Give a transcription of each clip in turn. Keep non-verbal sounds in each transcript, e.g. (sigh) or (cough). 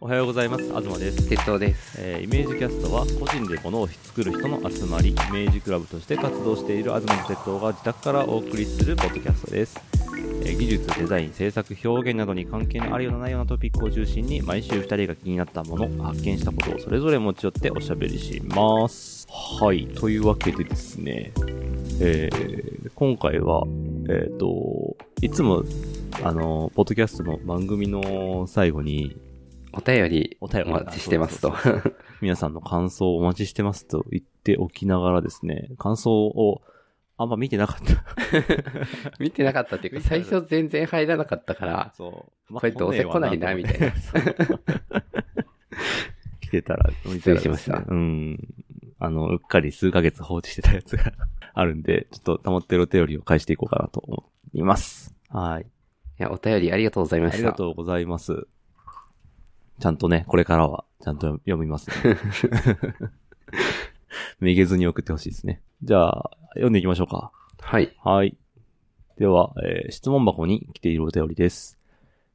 おはようございます東です、鉄道です。えーイメージキャストは個人で物を作る人の集まりイメージクラブとして活動している東の鉄道が自宅からお送りするポッドキャストです、えー技術デザイン制作表現などに関係のあるようなないようなトピックを中心に毎週2人が気になったもの発見したことをそれぞれ持ち寄っておしゃべりしますはいというわけでですねえー今回は、えっ、と、いつも、あの、ポッドキャストの番組の最後に、お便りお便りお待ちしてますと。そうそうそう皆さんの感想をお待ちしてますと言っておきながらですね、感想をあんま見てなかった。 (laughs) 見てなかったっていうか、最初全然入らなかったから、 (laughs) そう。これどうせ来ないな、みたいな。来てたら、見て (laughs) 失礼しましたうん。あの、うっかり数ヶ月放置してたやつがあるんで、ちょっと溜まってるお便りを返していこうかなと思います。はい。いや、お便りありがとうございまあしりた。がとうございます。ちゃんとね、これからは、ちゃんと読みます、 (laughs) ね。めげずに送ってほしいですね。じゃあ、読んでいきましょうか。はい。はい。では、えー質問箱に来ているお便りです。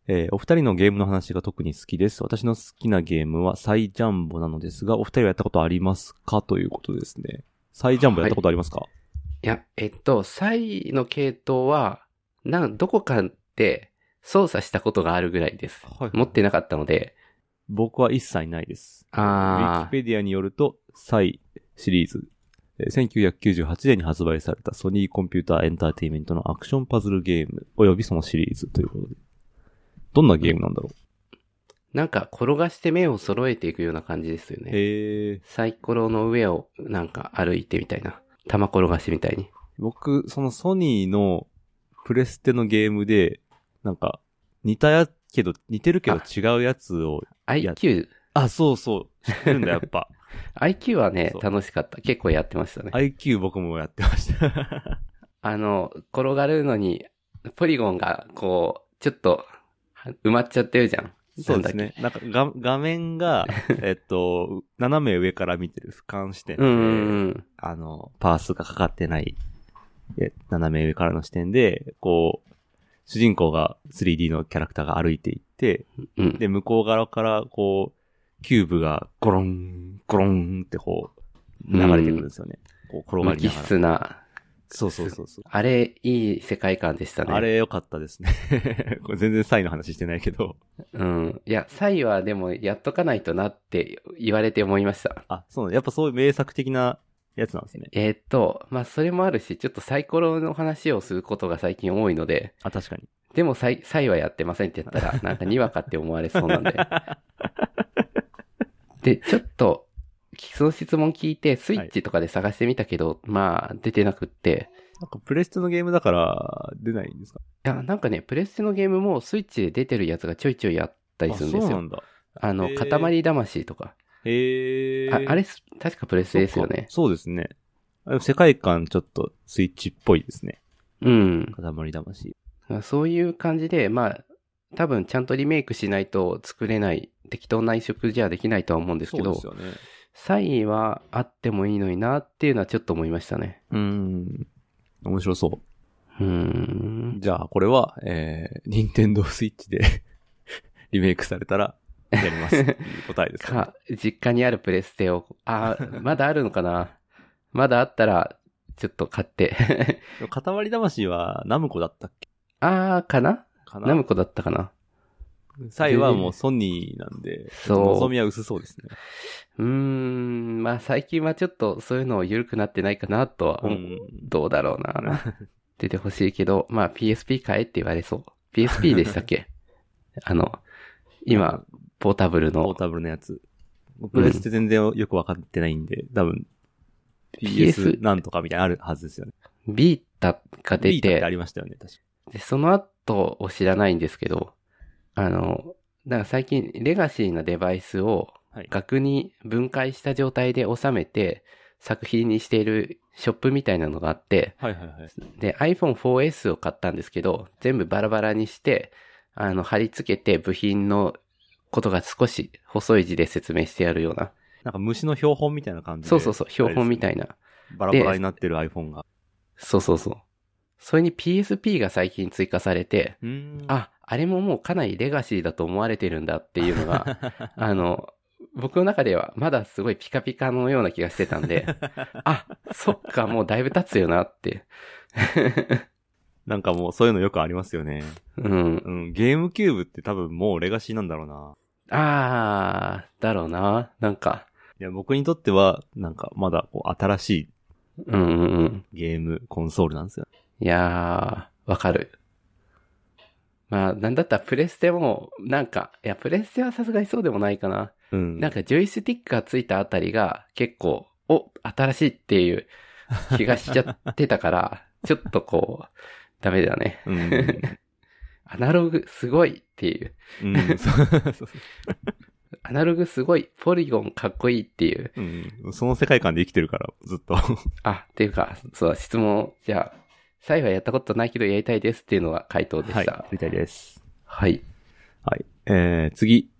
えーお二人のゲームの話が特に好きです。私の好きなゲームはサイジャンボなのですが、お二人はやったことありますかということですね。サイジャンボやったことありますか、いや、えっと、サイの系統は、なん、どこかで操作したことがあるぐらいです。はい持ってなかったので、僕は一切ないです。ウィあキペディアによると、サイシリーズ、えー1998年に発売されたソニーコンピューターエンターテイメントのアクションパズルゲーム、およびそのシリーズということで。どんなゲームなんだろー、なんか転がして目を揃えていくような感じですようね。へえ。サイコロの上をなんか歩いてみたいな。玉転がしみたいに。僕、そのソニーのプレステのゲームで、なんか、似たや、けど、似てるけど違うやつを、や IQ、あ、そうそう、知ってるんだ、やっぱ。 IQ はねそう、楽しかった。結構やってましたね。 IQ 僕もやってました。あの、転がるのに、ポリゴンが、こう、ちょっと、は埋まっちゃってるじゃん。そうですね。なんかが、画面 (laughs) が、えっと、斜め上から見てる俯瞰視点で、なんだっけ。うんうんうん。あの、パースがかかってない、え斜め上からの視点で、こう、主人公が 3D のキャラクターが歩いていって、うん。で、向こう側から、こう、キューブがゴロン、ゴロンってこう、流れてくるんですよね。こう、転が無り機ながら。質な、そうそうそうそう。あれ、いい世界観でしたね。あれ良かったですね。 (laughs) これ全然サイの話してないけど。うん。いや、サイはでも、やっとかないとなって言われて思いました。あ、そうね。やっぱそういう名作的なやつなんですね。えーっと、まあ、それもあるし、ちょっとサイコロの話をすることが最近多いので、あ、確かに。でもサイ、サイはやってませんって言っ (laughs) たら、なんかにわかって思われそうなんで。で、ちょっと、その質問聞いて、スイッチとかで探してみたけど、まあ、出てなくって。なんかプレステのゲームだから出ないんですかいや、なんかね、プレステのゲームもスイッチで出てるやつがちょいちょいあったりするんでそすうなよ。んだ。あの、へー塊魂とか。へえ。ああれ、す確かプレステですよね。そうかそうですね。あ世界観ちょっとスイッチっぽいですね。うん。塊魂。そういう感じで、まあ、多分ちゃんとリメイクしないと作れない、適当な移植じゃできないとは思うんですけど、よね。サインはあってもいいのになっていうのはちょっと思いましたね。うーん。面白そうーう。ん。じゃあ、これは、えー、任天堂スイッチで (laughs) リメイクされたら、やり (laughs) ます。っていう答えですね。か、実家にあるプレステを、あー、まだあるのかなまだあったら、ちょっと買って。 (laughs) でも塊魂はナムコだったっけあー、かなかなナムコだったかなサイはもうソニーなんで、そう望みは薄そうですね。うーん、まあ最近はちょっとそういうの緩くなってないかなとは、うん。どうだろうな。出てほしいけど、まあ PSP 買えって言われそう。PSP でした (laughs) っけあの、今、ポータブルポーの。タブルのやつ。プレスって全然よくわかってないんで、多分 PS PS なんとかみたいなのあるはずですよね。ビータが出ビータってあて、りましたよね、確か。でその後を知らないんですけど、あの、なんか最近レガシーなデバイスをはい。額に分解した状態で収めて作品にしているショップみたいなのがあって、はいはいはい。で、iPhone4S を買ったんですけど、全部バラバラにして、あの、貼り付けて部品のことが少し細い字で説明してやるような。なんか虫の標本みたいな感じで。そうそうそう、標本みたいな。バラバラになってる iPhone が。そうそうそう。それに PSP が最近追加されて、うーん。あ、あれももうかなりレガシーだと思われてるんだっていうの (laughs) が、あの、僕の中ではまだすごいピカピカのような気がしてたん (laughs) で、あ、そっか、もうだいぶ経つよなって。 (laughs) なんかもうそういうのよくありますよね。うん。うん、ゲームキューブって多分もうレガシーなんだろうな。あー、だろうな。なんか、いや、僕にとっては、なんかまだこう新しいうんうんうん。ゲーム、コンソールなんですよ。いやー、わかる。まあ、なんだったらプレステも、なんか、いや、プレステはさすがにそうでもないかな。うん。なんかジョイスティックがついたあたりが結構、お、新しいっ (laughs) ていう気がしちゃってたから、ちょっとこう、ダメだね。うん、アナログすごいっていう、うん、そうそうそうアナログすごい、ポリゴンかっこいいっていう、うん。その世界観で生きてるから、ずっと。あ、っていうか、そうだ、質問、じゃあ、サイはやったことないけどやりたいですっていうのが回答ではしいた。は、い。みたいです。はい。はい。えー、次、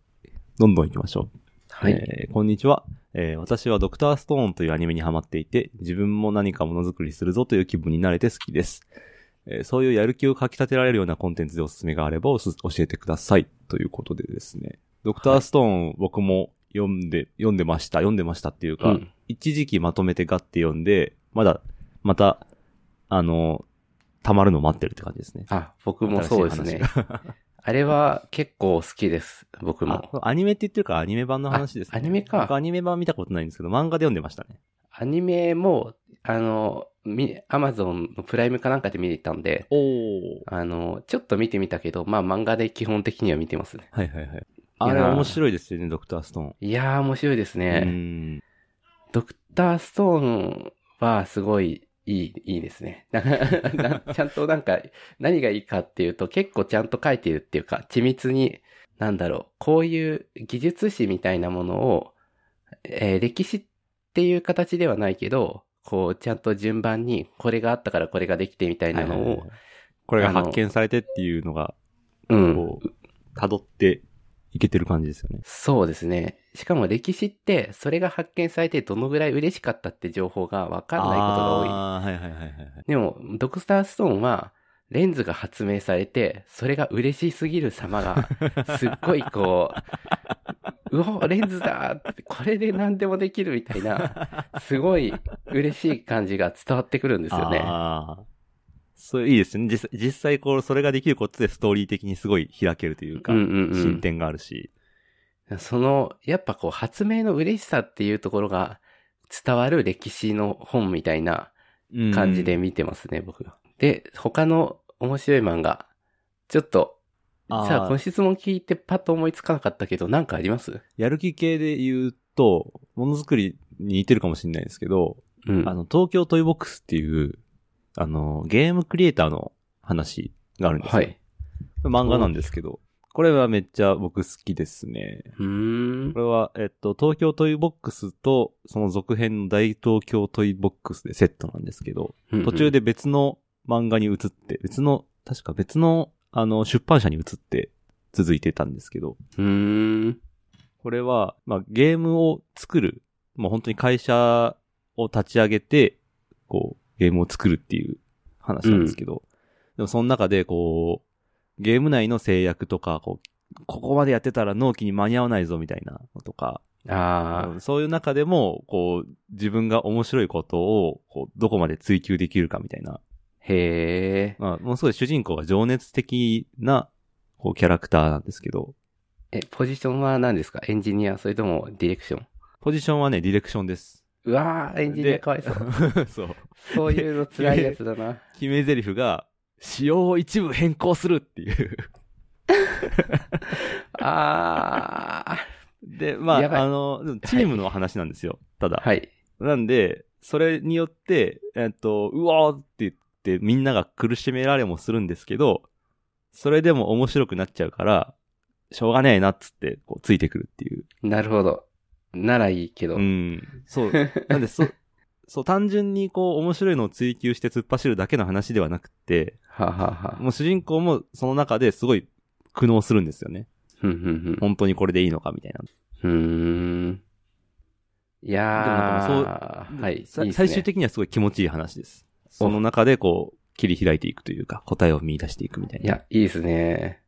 どんどん行きましょう。えーこんにちは、えー私はドクターストーンというアニメにハマっていて、自分も何かものづくりするぞという気分になれて好きです。えーそういうやる気をかき立てられるようなコンテンツでおすすめがあればおす教えてください。ということでですね。ドクターストーン、僕も読んで、読んでました。読んでましたっていううか、ん。一時期まとめてガッて読んで、まだ、また、あの、溜まるのを待ってるって感じですね。あ、僕もそうです新ねし。あれは結構好きです。僕も。あアニメって言ってるからアニメ版の話ですね。あアニメか僕アニメ版見たことないんですけど、漫画で読んでましたね。アニメも、あの、み、アマゾンのプライムかなんかで見れたんで、おお。あの、ちょっと見てみたけど、まあ漫画で基本的には見てますね。はいはいはい。あれいやー面白いですよね、ドクターストーン。いやー面白いですうね。ん。ドクターストーンはすごいいい、いいですね。なんかなちゃんとなんか、何がいいかっていうと結構ちゃんと書いてるっていうか、緻密に、なんだろう、こういう技術史みたいなものを、えー歴史っていう形ではないけど、こう、ちゃんと順番に、これがあったからこれができてみたいなのはを、いはいはいこれが発見されてっていうのが、うん。こう、辿っていけてる感じですよね。そうですね。しかも歴史って、それが発見されてどのぐらい嬉しかったって情報がわかんないことが多い。ああー、はいはいはいはいはい。でも、ドクターストーンは、レンズが発明されて、それが嬉しすぎる様が、すっごいこう、うお、レンズだって、これで何でもできるみたいな、すごい嬉しい感じが伝わってくるんですよね。ああ。そういいですね。実際実際こう、それができることでストーリー的にすごい開けるというか、うんうんうん進展があるし。その、やっぱこう、発明の嬉しさっていうところが伝わる歴史の本みたいな、感じで見てますね、僕は。で、他の面白い漫画、ちょっと、あーさあ、この質問聞いてパッと思いつかなかったけど、なんかありますやる気系で言うと、ものづくりに似てるかもしれないですけど、うん。あの、東京トイボックスっていう、あの、ゲームクリエイターの話があるんですよ。は。い。漫画なんですけど、これはめっちゃ僕好きですね。うーんこ。れは、えっと、東京トイボックスと、その続編の大東京トイボックスでセットなんですけど、うんうん途中。で別の漫画に移って、別の、確か別の、あの、出版社に移って続いてたんですけど、うーん。これは、まあ、ゲームを作る、もう本当に会社を立ち上げて、こう、ゲームを作るっていう話なんですけど、でもその中で、こう、ゲーム内の制約とか、こう、ここまでやってたら納期に間に合わないぞみたいなのとか、ああ、そういう中でも、こう、自分が面白いことを、こう、どこまで追求できるかみたいな、へえ。まあ、もうすごい主人公が情熱的な、こう、キャラクターなんですけど、え、ポジションは何ですかエンジニアそれともディレクションポジションはね、ディレクションです。うわー、エンジニアかわいそう。う。 (laughs) そう。そういうの辛いやつだな。決め台詞が、仕様を一部変更するっていう。 (laughs) あ (laughs) で、まやばいあ、あの、でもチームの話なんですよ。たあ。だ。はい。なんで、それによって、えっと、うわーって言ってみんなが苦しめられもするんですけど、それでも面白くなっちゃうから、しょうがねえなっつって、こう、ついてくるっていう。なるほど。ならいいけど。うん。そう。なんで、 (laughs) そ、そう、単純にこう、面白いのを追求して突っ走るだけの話ではなくって、ははは。もう主人公もその中ですごい苦悩するんですよね。ふんふんふん。本当にこれでいいのかみたいな。うーん。いやでもー、はい。いいっすさね、最終的にはすごい気持ちいい話です。その中でこう、切り開いていくというか、答えを見出していくみたいいな。や、いいですね。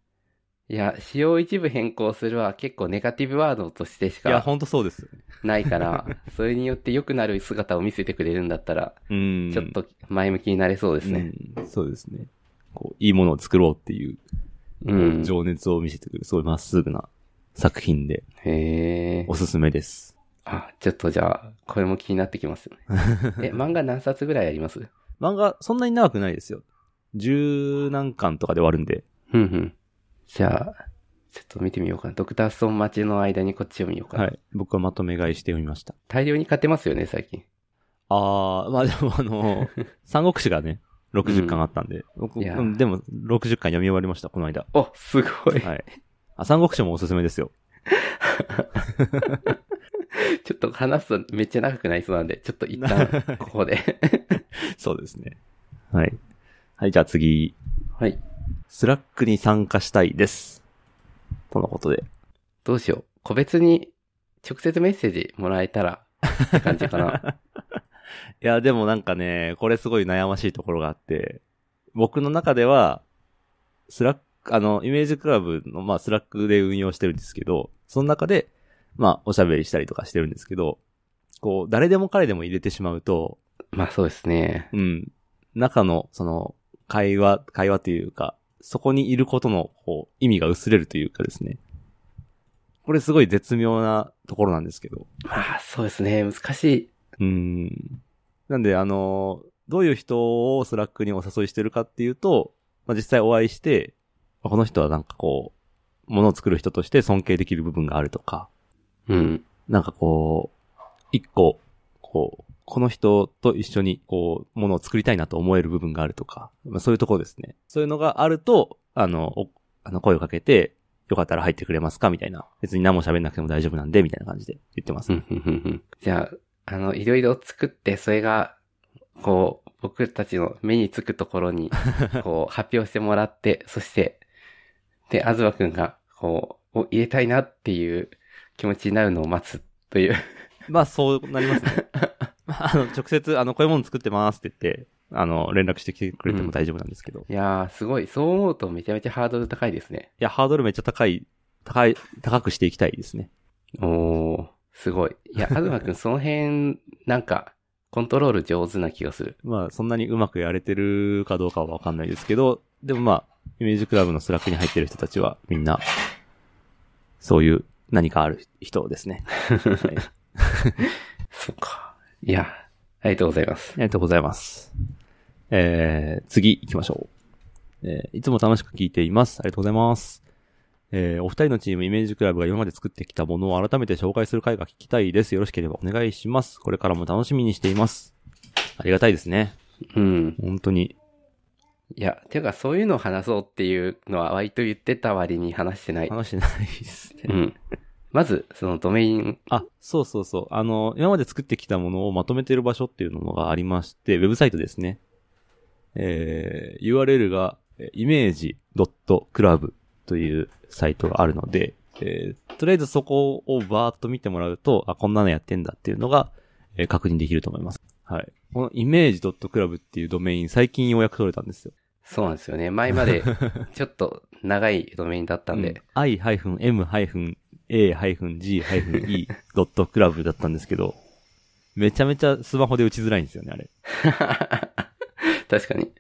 いや、使用一部変更するは結構ネガティブワードとしてしいや、かほんとそうですよね。ない (laughs) から、それによって良くなる姿を見せてくれるんだったら、うん。ちょっと前向きになれそうですね。うんそうですね。こう、いいものを作ろうっていう、うん。情熱を見せてくる、そういうまっすぐな作品で、へえお。すすめです。あ、ちょっとじゃあ、これも気になってき (laughs) ますよね。え、漫画何冊ぐらいあります漫画、そんなに長くないですよ。十何巻とかで終わるんで。うんうん。じゃあ、ちょっと見てみようかな。ドクターストーン待ちの間にこっちを見ようかな。はい。僕はまとめ買いして読みました。大量に買ってますよね、最近。あー、まあでもあ (laughs) の、三国志がね、60巻あったんで。僕、いやうんでも、60巻読み終わりました、この間。お、すごい。はい。あ、三国志もおすすめですよ。 (laughs) ちょっと話すとめっちゃ長くなりそうなんで、ちょっと (laughs) 一旦、ここで。そうですね。はい。はい、じゃあ次。はい。スラックに参加したいです。とのことで。どうしよう。個別に直接メッセージもらえたら、って感じかな。いや、でもなんかね、これすごい悩ましいところがあって、僕の中では、スラック、あの、イメージクラブの、まあ、スラックで運用してるんですけど、その中で、まあ、おしゃべりしたりとかしてるんですけど、こう、誰でも彼でも入れてしまうと、まあそうですね。うん、中の、その、会話、会話というか、そこにいることの、こう、意味が薄れるというかですね。これすごい絶妙なところなんですけど。まあそうですね。難しい。うん。なんで、あの、どういう人をスラックにお誘いしてるかっていうと、まあ、実際お会いして、まあこの人はなんかこう、ものを作る人として尊敬できる部分があるとか、うん。なんかこう、一個、こう、この人と一緒に、こう、ものを作りたいなと思える部分があるとか、まあ、そういうところですね。そういうのがあると、あの、おあの声をかけて、よかったら入ってくれますかみたいな。別に何も喋んなくても大丈夫なんで、みたいな感じで言ってます。うんうんうんうんじゃあ、あの、いろいろ作って、それが、こう、僕たちの目につくところに、こう、発表してもらって、そして、で、あずわくんが、こう、を入れたいなっていう気持ちになるのを待つという。まあ、そうなります (laughs) ね。まあ、あの、直接、あの、こういうもの作ってますって言って、あの、連絡してきてくれても大丈夫なんですけど。いいやー、すごい。そう思うとめちゃめちゃハードル高いですね。や、ハードルめっちゃ高い、高い、高くしていきたいですね。おー、すごい。 (laughs) いや、あずまくん、その辺、なんか、コントロール上手な気がする。まあ、そんなにうまくやれてるかどうかはわかんないですけど、でもまあ、イメージクラブのスラックに入ってる人たちは、みんな、そういう何かある人ですね。はいそうか。いや、ありがとうございます。ありがとうございます。えー、次行きましょう。えー、いつも楽しく聞いています。ありがとうございます。えー、お二人のチームイメージクラブが今まで作ってきたものを改めて紹介する回が聞きたいです。よろしければお願いします。これからも楽しみにしています。ありがたいですね。うん。本当に。いや、ていうかそういうのを話そうっていうのは割と言ってた割に話してない。話してないですうね。ん。まず、そのドメイン、あ、そうそうそう。あの、今まで作ってきたものをまとめてる場所っていうのがありまして、ウェブサイトですね。えー、URL が、イメージ .club というサイトがあるので、えー、とりあえずそこをバーっと見てもらうと、あ、こんなのやってんだっていうのが、えー確認できると思います。はい。このイメージ .club っていうドメイン、最近ようやく取れたんですよ。そうなんですよね。前 (laughs) まで、ちょっと長いドメインだったんうんで。 i-m-a-g-e.club だったんですけど、めちゃめちゃスマホで打ちづらいんですよね、あれ。確かに。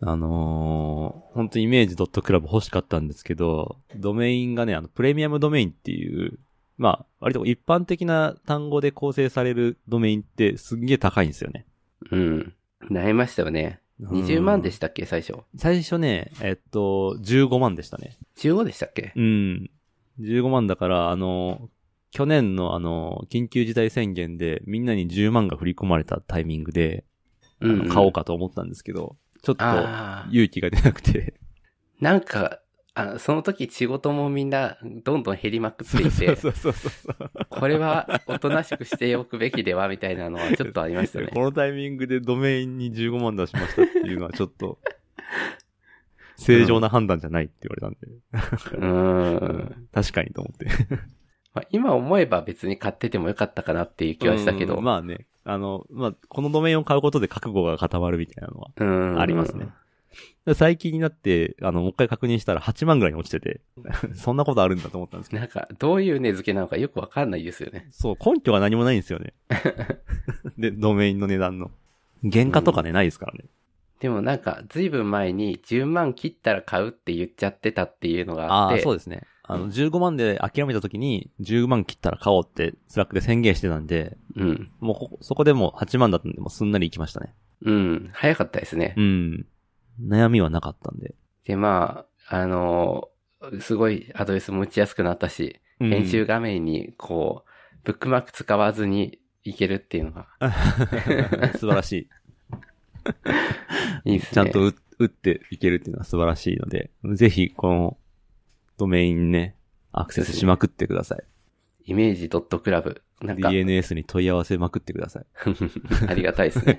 あのー、本当イメージ .club 欲しかったんですけど、ドメインがね、あの、プレミアムドメインっていう、まあ、割と一般的な単語で構成されるドメインってすんげえ高いんですよね。うん。悩みましたよね。20万でしたっけ、最初。最初ね、えっと、15万でしたね。 15でしたっけうん。15万だから、あの、去年のあの、緊急事態宣言でみんなに10万が振り込まれたタイミングで、あのうん買おうかと思ったんですけど、ちょっとああ。勇気が出なくて。なんか、あその時仕事もみんなどんどん減りまくってそうい (laughs) そうて、そうそうそう。これはおとなしくしておくべきではみたいなのはちょっとありましたね (laughs) こ。のタイミングでドメインに15万出しましたっていうのはちょっと、 (laughs) 正常な判断じゃないって言われうたんで、ん。確かにと思って。まあ、今思えば別に買っててもよかったかなっていう気はしたけど。うんまあね、あの、まあ、このドメインを買うことで覚悟が固まるみたいなのはうんありますね。最近になって、あの、もう一回確認したら8万ぐらいに落ちてて、そんなことあるんだと思ったんですけど、なんか、どういう値付けなのかよくわかんないですよね。そう、根拠が何もないんですよ (laughs) ね。で、ドメインの値段の。原価とかね、ないですからね。でもなんか、ずいぶん前に10万切ったら買うって言っちゃってたっていうのがああっあ、て、そうですね。あの、15万で諦めた時に、10万切ったら買おうって、スラックで宣言してたんで、うん。もうここ、そこでもう8万だったんで、もうすんなり行きましたね。うん。早かったですね。うん。悩みはなかったんで。で、まあ、あのーすごいアドレスも打ちやすくなったし、編集画面にこう、ブックマーク使わずにいけるっていうのが (laughs) 素晴らしい。いいですね。 (laughs) ちゃんと打打っていけるっていうのは素晴らしいので、ぜひこのドメインね、アクセスしまくってください。イメージ .club。なんか、 DNS に問い合わせまくってください。 (laughs) ありがた (laughs) いですね。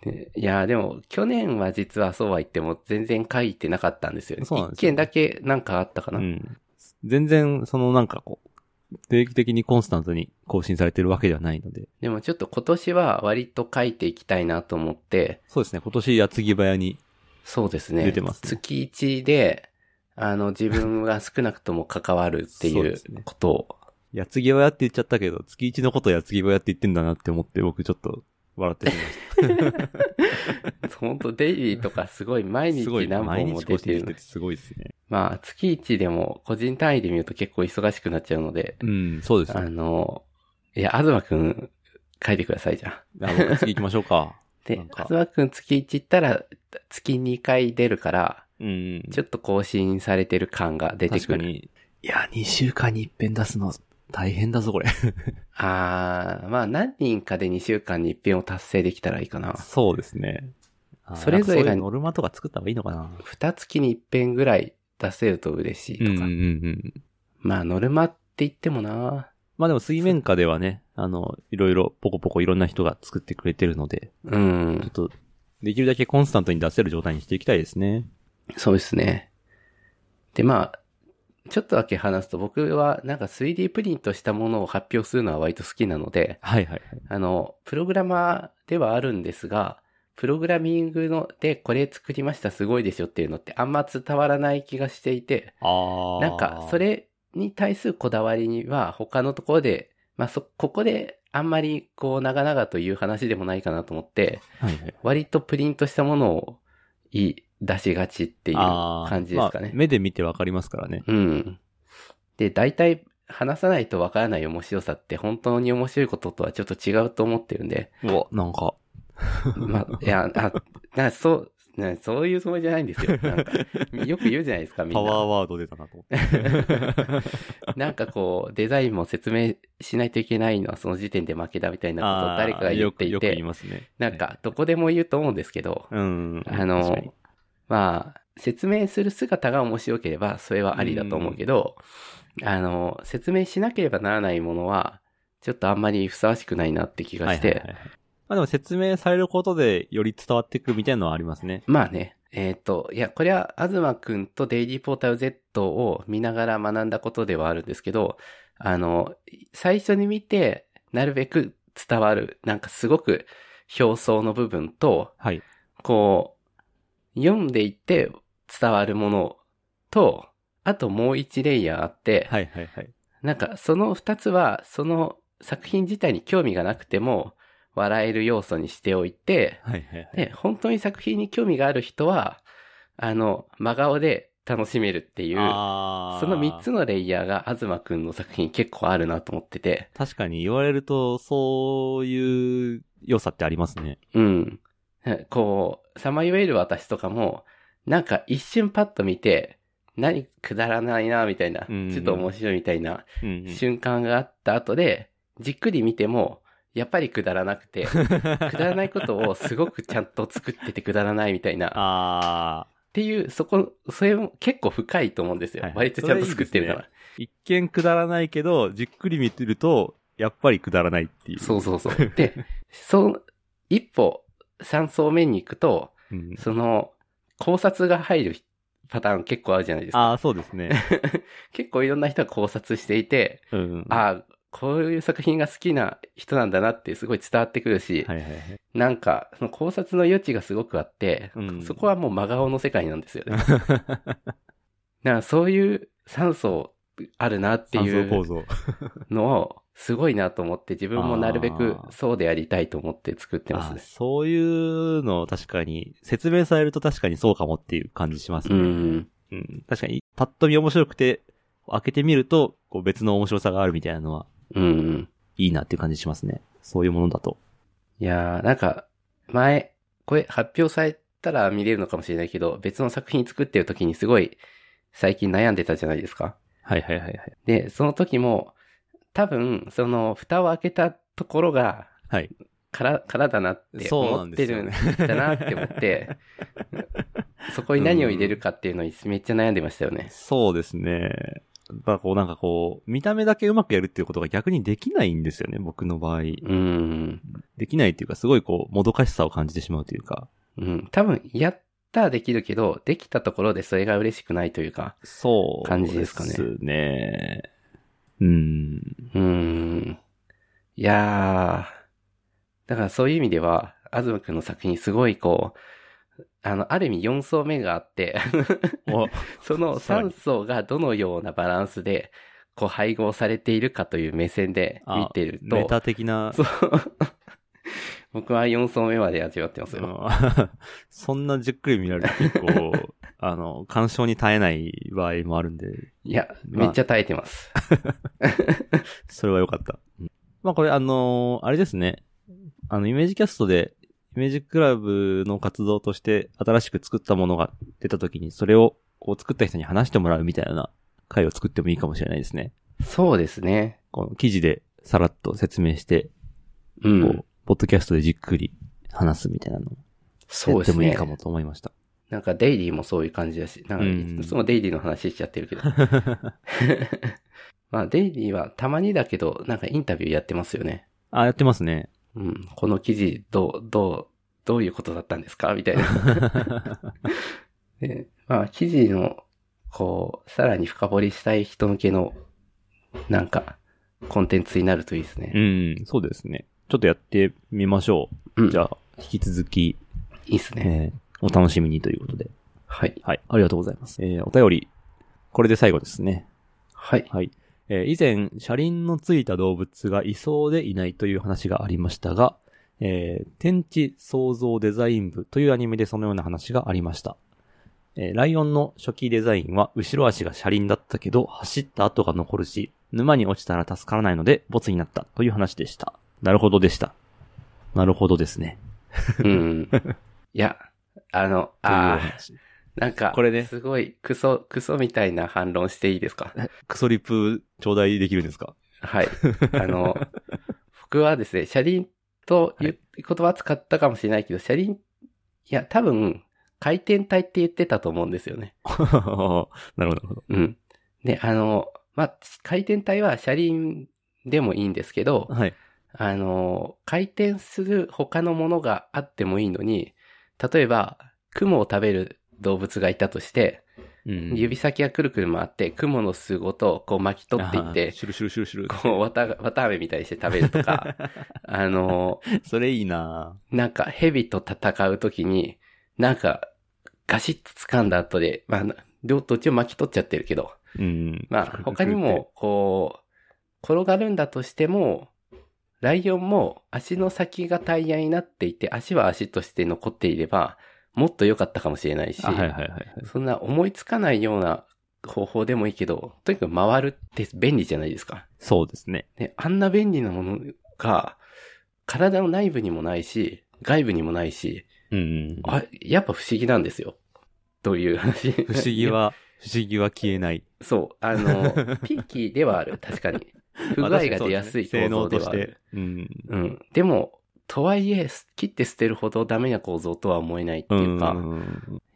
でいやー、でも、去年は実はそうは言っても全然書いてなかったんですよね。そうなんですよ一件だけなんかあったかうな。ん、全然そのなんかこう、定期的にコンスタントに更新されてるわけではないので、でもちょっと今年は割と書いていきたいなと思って、そうですね、今年矢継ぎ早に、そうですね。出てますね月1で、あの、自分が少なくとも関わるってそういでうすねことを、矢継ぎ早って言っちゃったけど、月1のこと矢継ぎ早って言ってんだなって思って僕ちょっと笑ってしまいまし本当デイリーとかすごい毎た。日すごい、何 (laughs) 毎本も日出更て新してる。てすごいですね。まあ、月1でも個人単位で見ると結構忙しくなっちゃうので、うん、そうですあね。の、いや、あずまくん書いてくださいじゃん。あ僕次行きましょうか。でなん、かあずまくん月1行ったら月2回出るから、 (laughs) うん。ちょっと更新されてる感が出て確くかる。に。いや、2週間に一遍出すの大変だぞ、これ。あー、まあ何人かで2週間に一遍を達成できたらいいかな。そうですね。あーそれぞれがなんかそういうノルマとか作った方がいいのかな。 2月に一遍ぐらい出せると嬉しいとか。ん。まあノルマって言ってもなまあでも水面下ではね、あの、いろいろポコポコいろんな人が作ってくれてるので、うちょっん。と、できるだけコンスタントに出せる状態にしていきたいですね。そうですね。で、まあ、ちょっとだけ話すと僕はなんか 3D プリントしたものを発表するのは割と好きなので、はいはいはい。あの、プログラマーではあるんですが、プログラミングのでこれ作りましたすごいでしょっていうのってあんま伝わらない気がしていて、あなんかそ、れに対するこだわりには他のところで、まあそ、ここであんまりこう長々という話でもないかなと思って、はいはい。っ割とプリントしたものをいい出しがちっていう感じですかね。目で見てわかりますからね。うん。で、大体話さないとわからない面白さって本当に面白いこととはちょっと違うと思ってるんで、 (laughs) うわ、なんか。まあ、いや、あ、なそう、なそういうつもりじゃないんです (laughs) よ。なんか、よく言うじゃないですか、みんパな。ワーワード出たなと思って。なんかこう、デザインも説明しないといけないのはその時点で負けだみたいなことを誰かが言ってあーよくよくい言いて、ますね。なんか、どこでも言うと思うんですけど、うん。あ確かにの、まあ、説明する姿が面白ければ、それはありだと思うけど、あの、説明しなければならないものは、ちょっとあんまりふさわしくないなって気がして、はいはいはいはいまあでも説明されることでより伝わってくみたいなのはありますね。まあね。えっ、と、いや、これは、あずまくんとデイリーポータル Z を見ながら学んだことではあるんですけど、あの、最初に見て、なるべく伝わる、なんかすごく表層の部分と、はい。こう、読んでいって伝わるものと、あともう一レイヤーあって、はいはいはい。なんかその二つは、その作品自体に興味がなくても、笑える要素にしておいて、はいはいはい。で、本当に作品に興味がある人は、あの、真顔で楽しめるっていう、あーその3つのレイヤーが、東くんの作品結構あるなと思ってて、確かに言われると、そういう良さってありますね。うん。こう、さまよえる私とかも、なんか一瞬パッと見て、何くだらないな、みたいな、うんちょっと面白いみたいなうん (laughs) うん、瞬間があった後で、じっくり見ても、やっぱりくだらなくて、くだらないことをすごくちゃんと作っててくだらないみたいな、ああ。っていう、そこ、それも結構深いと思うんですよ。はいはい割とちゃんと作ってるから。一見くだらないけど、じっくり見てると、やっぱりくだらないっていう。そうそう (laughs) そう。で、その、一歩、三層目に行くと、うんその、考察が入るパターン結構あるじゃないですか。 (laughs) ああ、そうですね。結構いろんな人が考察していて、うん。ああ、こういう作品が好きな人なんだなってすごい伝わってくるし、はいはいはい。なんか、その考察の余地がすごくあって、うんそこはもう真顔の世界なんですよね。 (laughs) だからそういう酸素あるなってい (laughs) 三層構う造。のを、すごいなと思って、自分もなるべくあーそうでありたいと思って作ってますあね。そういうのを確かに、説明されると確かにそうかもっていう感じしますうね。ん。うん確かに、パッと見面白くて、開けてみると、こう別の面白さがあるみたいなのは、うん。いいなっていう感じしますね。そういうものだと。いやー、なんか、前、これ発表されたら見れるのかもしれないけど、別の作品作ってる時にすごい最近悩んでたじゃないですか。はいはいはいはい。で、その時も、多分、その、蓋を開けたところが、はい。から、からだなってそうな思んっでてすよるんねだなって思って、 (laughs) そこに何を入れるかっていうのにめっちゃ悩んでましたよね。そうですね。まあこうなんかこう、見た目だけうまくやるっていうことが逆にできないんですよね、僕の場合。うん。できないっていうか、すごいこう、もどかしさを感じてしまうというか。うん。多分、やったらできるけど、できたところでそれが嬉しくないというか、そう。感じですかねですね。うん。うーん。いやー。だからそういう意味では、あずまくんの作品すごいこう、あの、ある意味4層目があって、 (laughs) おそのさらに3層がどのようなバランスで、こう配合されているかという目線で見てるメと、タ的なそう。僕は4層目まで味わってますうよ。ん (laughs) そんなじっくり見られると結構、あの、干渉に耐えない場合もあるんで、いや、まあめっちゃ耐えてます。それは良かった。うんまあこれあのーあれですね。あの、イメージキャストで、イメージクラブの活動として新しく作ったものが出た時に、それをこう作った人に話してもらうみたいな回を作ってもいいかもしれないですね。そうですね。この記事でさらっと説明して、うこんう。、ポッドキャストでじっくり話すみたいなのをそやうっでてすもいいね。かもと思いました。なんかデイリーもそういう感じだし、なんかうんいつもデイリーの話しちゃってる (laughs) けど。まあデイリーはたまにだけど、なんかインタビューやってますよね。あ、やってますね。 (laughs) うん。この記事、どう、どう、どういうことだったんですかみたいな。 (laughs) でまあ記事の、こう、さらに深掘りしたい人向けの、なんか、コンテンツになるといいですうね。ん、そうですね。ちょっとやってみましょうう。ん。じゃあ、引き続き、いいですね。えーお楽しみにということで。はい。はい、ありがとうございます。えーお便り、これで最後ですね。はい。はい。えー以前、車輪のついた動物がいそうでいないという話がありましたが、えー天地創造デザイン部というアニメでそのような話がありました。えーライオンの初期デザインは後ろ足が車輪だったけど、走った跡が残るし、沼に落ちたら助からないので、ボツになったという話でした。なるほどでした。なるほどですね。うん。いや、あの、とあいうあ、話なんか、これねすごい、クソ、クソみたいな反論していいですか (laughs) クソリップ頂戴できるんですか (laughs) はい。あの、僕はですね、車輪という言葉使ったかもしれないけど、車輪、いや、多分、回転体って言ってたと思うんですよね。なるほど、なるほど。うん。で、あの、まあ、回転体は車輪でもいいんですけど、はい。あの、回転する他のものがあってもいいのに、例えば、雲を食べる動物がいたとして、うん指先がくるくる回って、雲の巣ごとこう巻き取っていっあーて、シュルシュルシュルシュル。こう、わた、わたあめみたいにして食べる (laughs) とか、あの、それいいななんか、蛇と戦うときに、なんか、ガシッと掴んだ後で、まあ、両、どっちも巻き取っちゃってるけど、ぁうん。ま (laughs) あ、他にも、こう、転がるんだとしても、ライオンも足の先がタイヤになっていて、足は足として残っていれば、もっと良かったかもしれないし、あ。はいはいはいはい。そんな思いつかないような方法でもいいけど、とにかく回るって便利じゃないですか。そうですね。ね、あんな便利なものが、体の内部にもないし、外部にもないし、うん。あ、やっぱ不思議なんですよ。という話。不不思議。は、不思議は消えない。 (laughs) そう。あの、ピーキーではある。確か (laughs) に。不具合が出やすいまあ確かにそうですね性構造ではあ能としるて。。うん。うん。でも、とはいえ、切って捨てるほどダメな構造とは思えないってう。いうんか、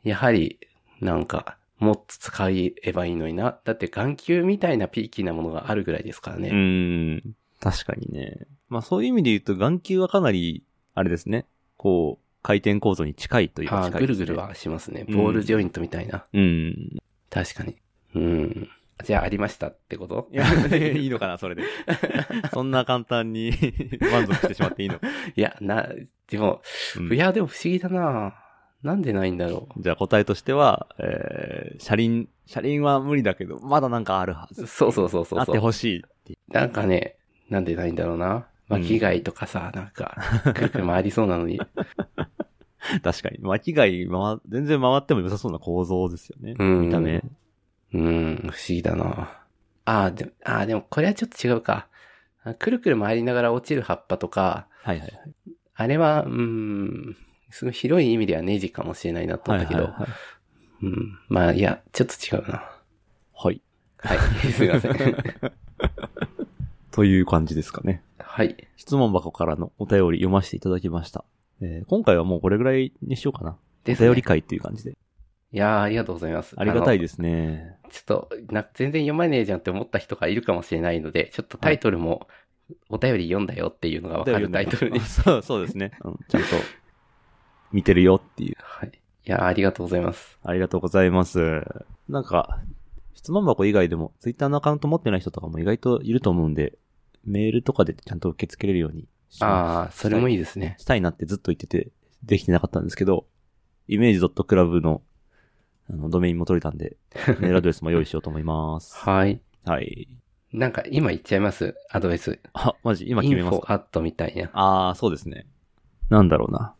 やはり、なんか、もっと使えばいいのにな。だって眼球みたいなピーキーなものがあるぐらいですからね。うん。確かにね。まあそういう意味で言うと、眼球はかなり、あれですね。こう、回転構造に近いというかあ近ーいでぐるすねぐる。はしますね。うんボールジョイントみたいな。うん。確かに。うん。じゃあありましたってこといや、 (laughs) いいのかな、それで。そんな簡単に (laughs) 満足してしまっていいのか。 (laughs) いや、な、でも、うんいや、でも不思議だななんでないんだろじゃあ答えとしては、えー、車輪、車輪は無理だけど、まだなんかあるはう。ず。そうそうそうそうあっそてう。ほしいっていなんかね、なんでないんだろうな。巻き貝とかさ、なんか、くるくる回りそうなのに。う。確かに。巻き貝、ま、全然回っても良さそうな構造ですよね。うん。 (laughs) 見た目。うん、不思議だなあーでも、あーでもこれはちょっと違うか。あくるくる回りながら落ちる葉っぱとか、はいはい。あれは、うん、その広い意味ではネジかもしれないなとは思いったけど、はいはいうん、まあいや、ちょっと違うな。はい。 (laughs) はい、すいません。という感じですかね。はい、質問箱からのお便り読ませていただきました。えー今回はもうこれぐらいにしようかな。でおすね便り会っていう感じで。いやーありがとうございます。ありがたいでですね。す。ちょっとな、全然読まねえじゃんって思った人がいるかもしれないので、ちょっとタイトルも、お便り読んだよっていうのがわかるタイトルに。そう、そうですね。うんちゃんと、見てるよっていう。 (laughs) はい。いやーありがとうございます。ありがとうございます。なんか、質問箱以外でも、ツイッターのアカウント持ってない人とかも意外といると思うんで、メールとかでちゃんと受け付けれるようにしああ、それもいいですね。したいなってずっと言ってて、できてなかったんですけど、イメージ .club の、あの、ドメインも取れたん (laughs) で、メールアドレスも用意しようと思います。はい。はい。なんか今言っちゃいますアドレス。あ、マジ、今イ決めンフますかォアットみたいな。ああ、そうですね。なんだろうな。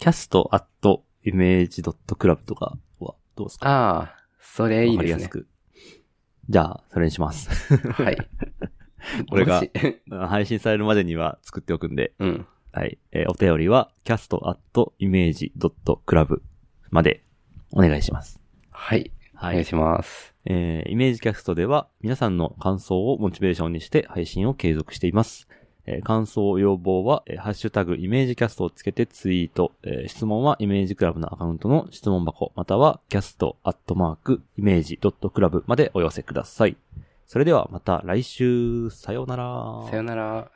cast.image.club とかはどうですかああ、それいいですわかりやねす。く。じゃあ、それにし (laughs) ます。はい。 (laughs) これがもし配信されるまでには作っておくんで。うん。はい。えーお便りは cast.image.club までお願いします。はい。おは願いい。します。えーイメージキャストでは皆さんの感想をモチベーションにして配信を継続しています。えー感想、要望は、えーハッシュタグイメージキャストをつけてツイート、えー質問はイメージクラブのアカウントの質問箱、またはキャストアットマークイメージドットクラブまでお寄せください。それではまた来週、さようなら。さよなら。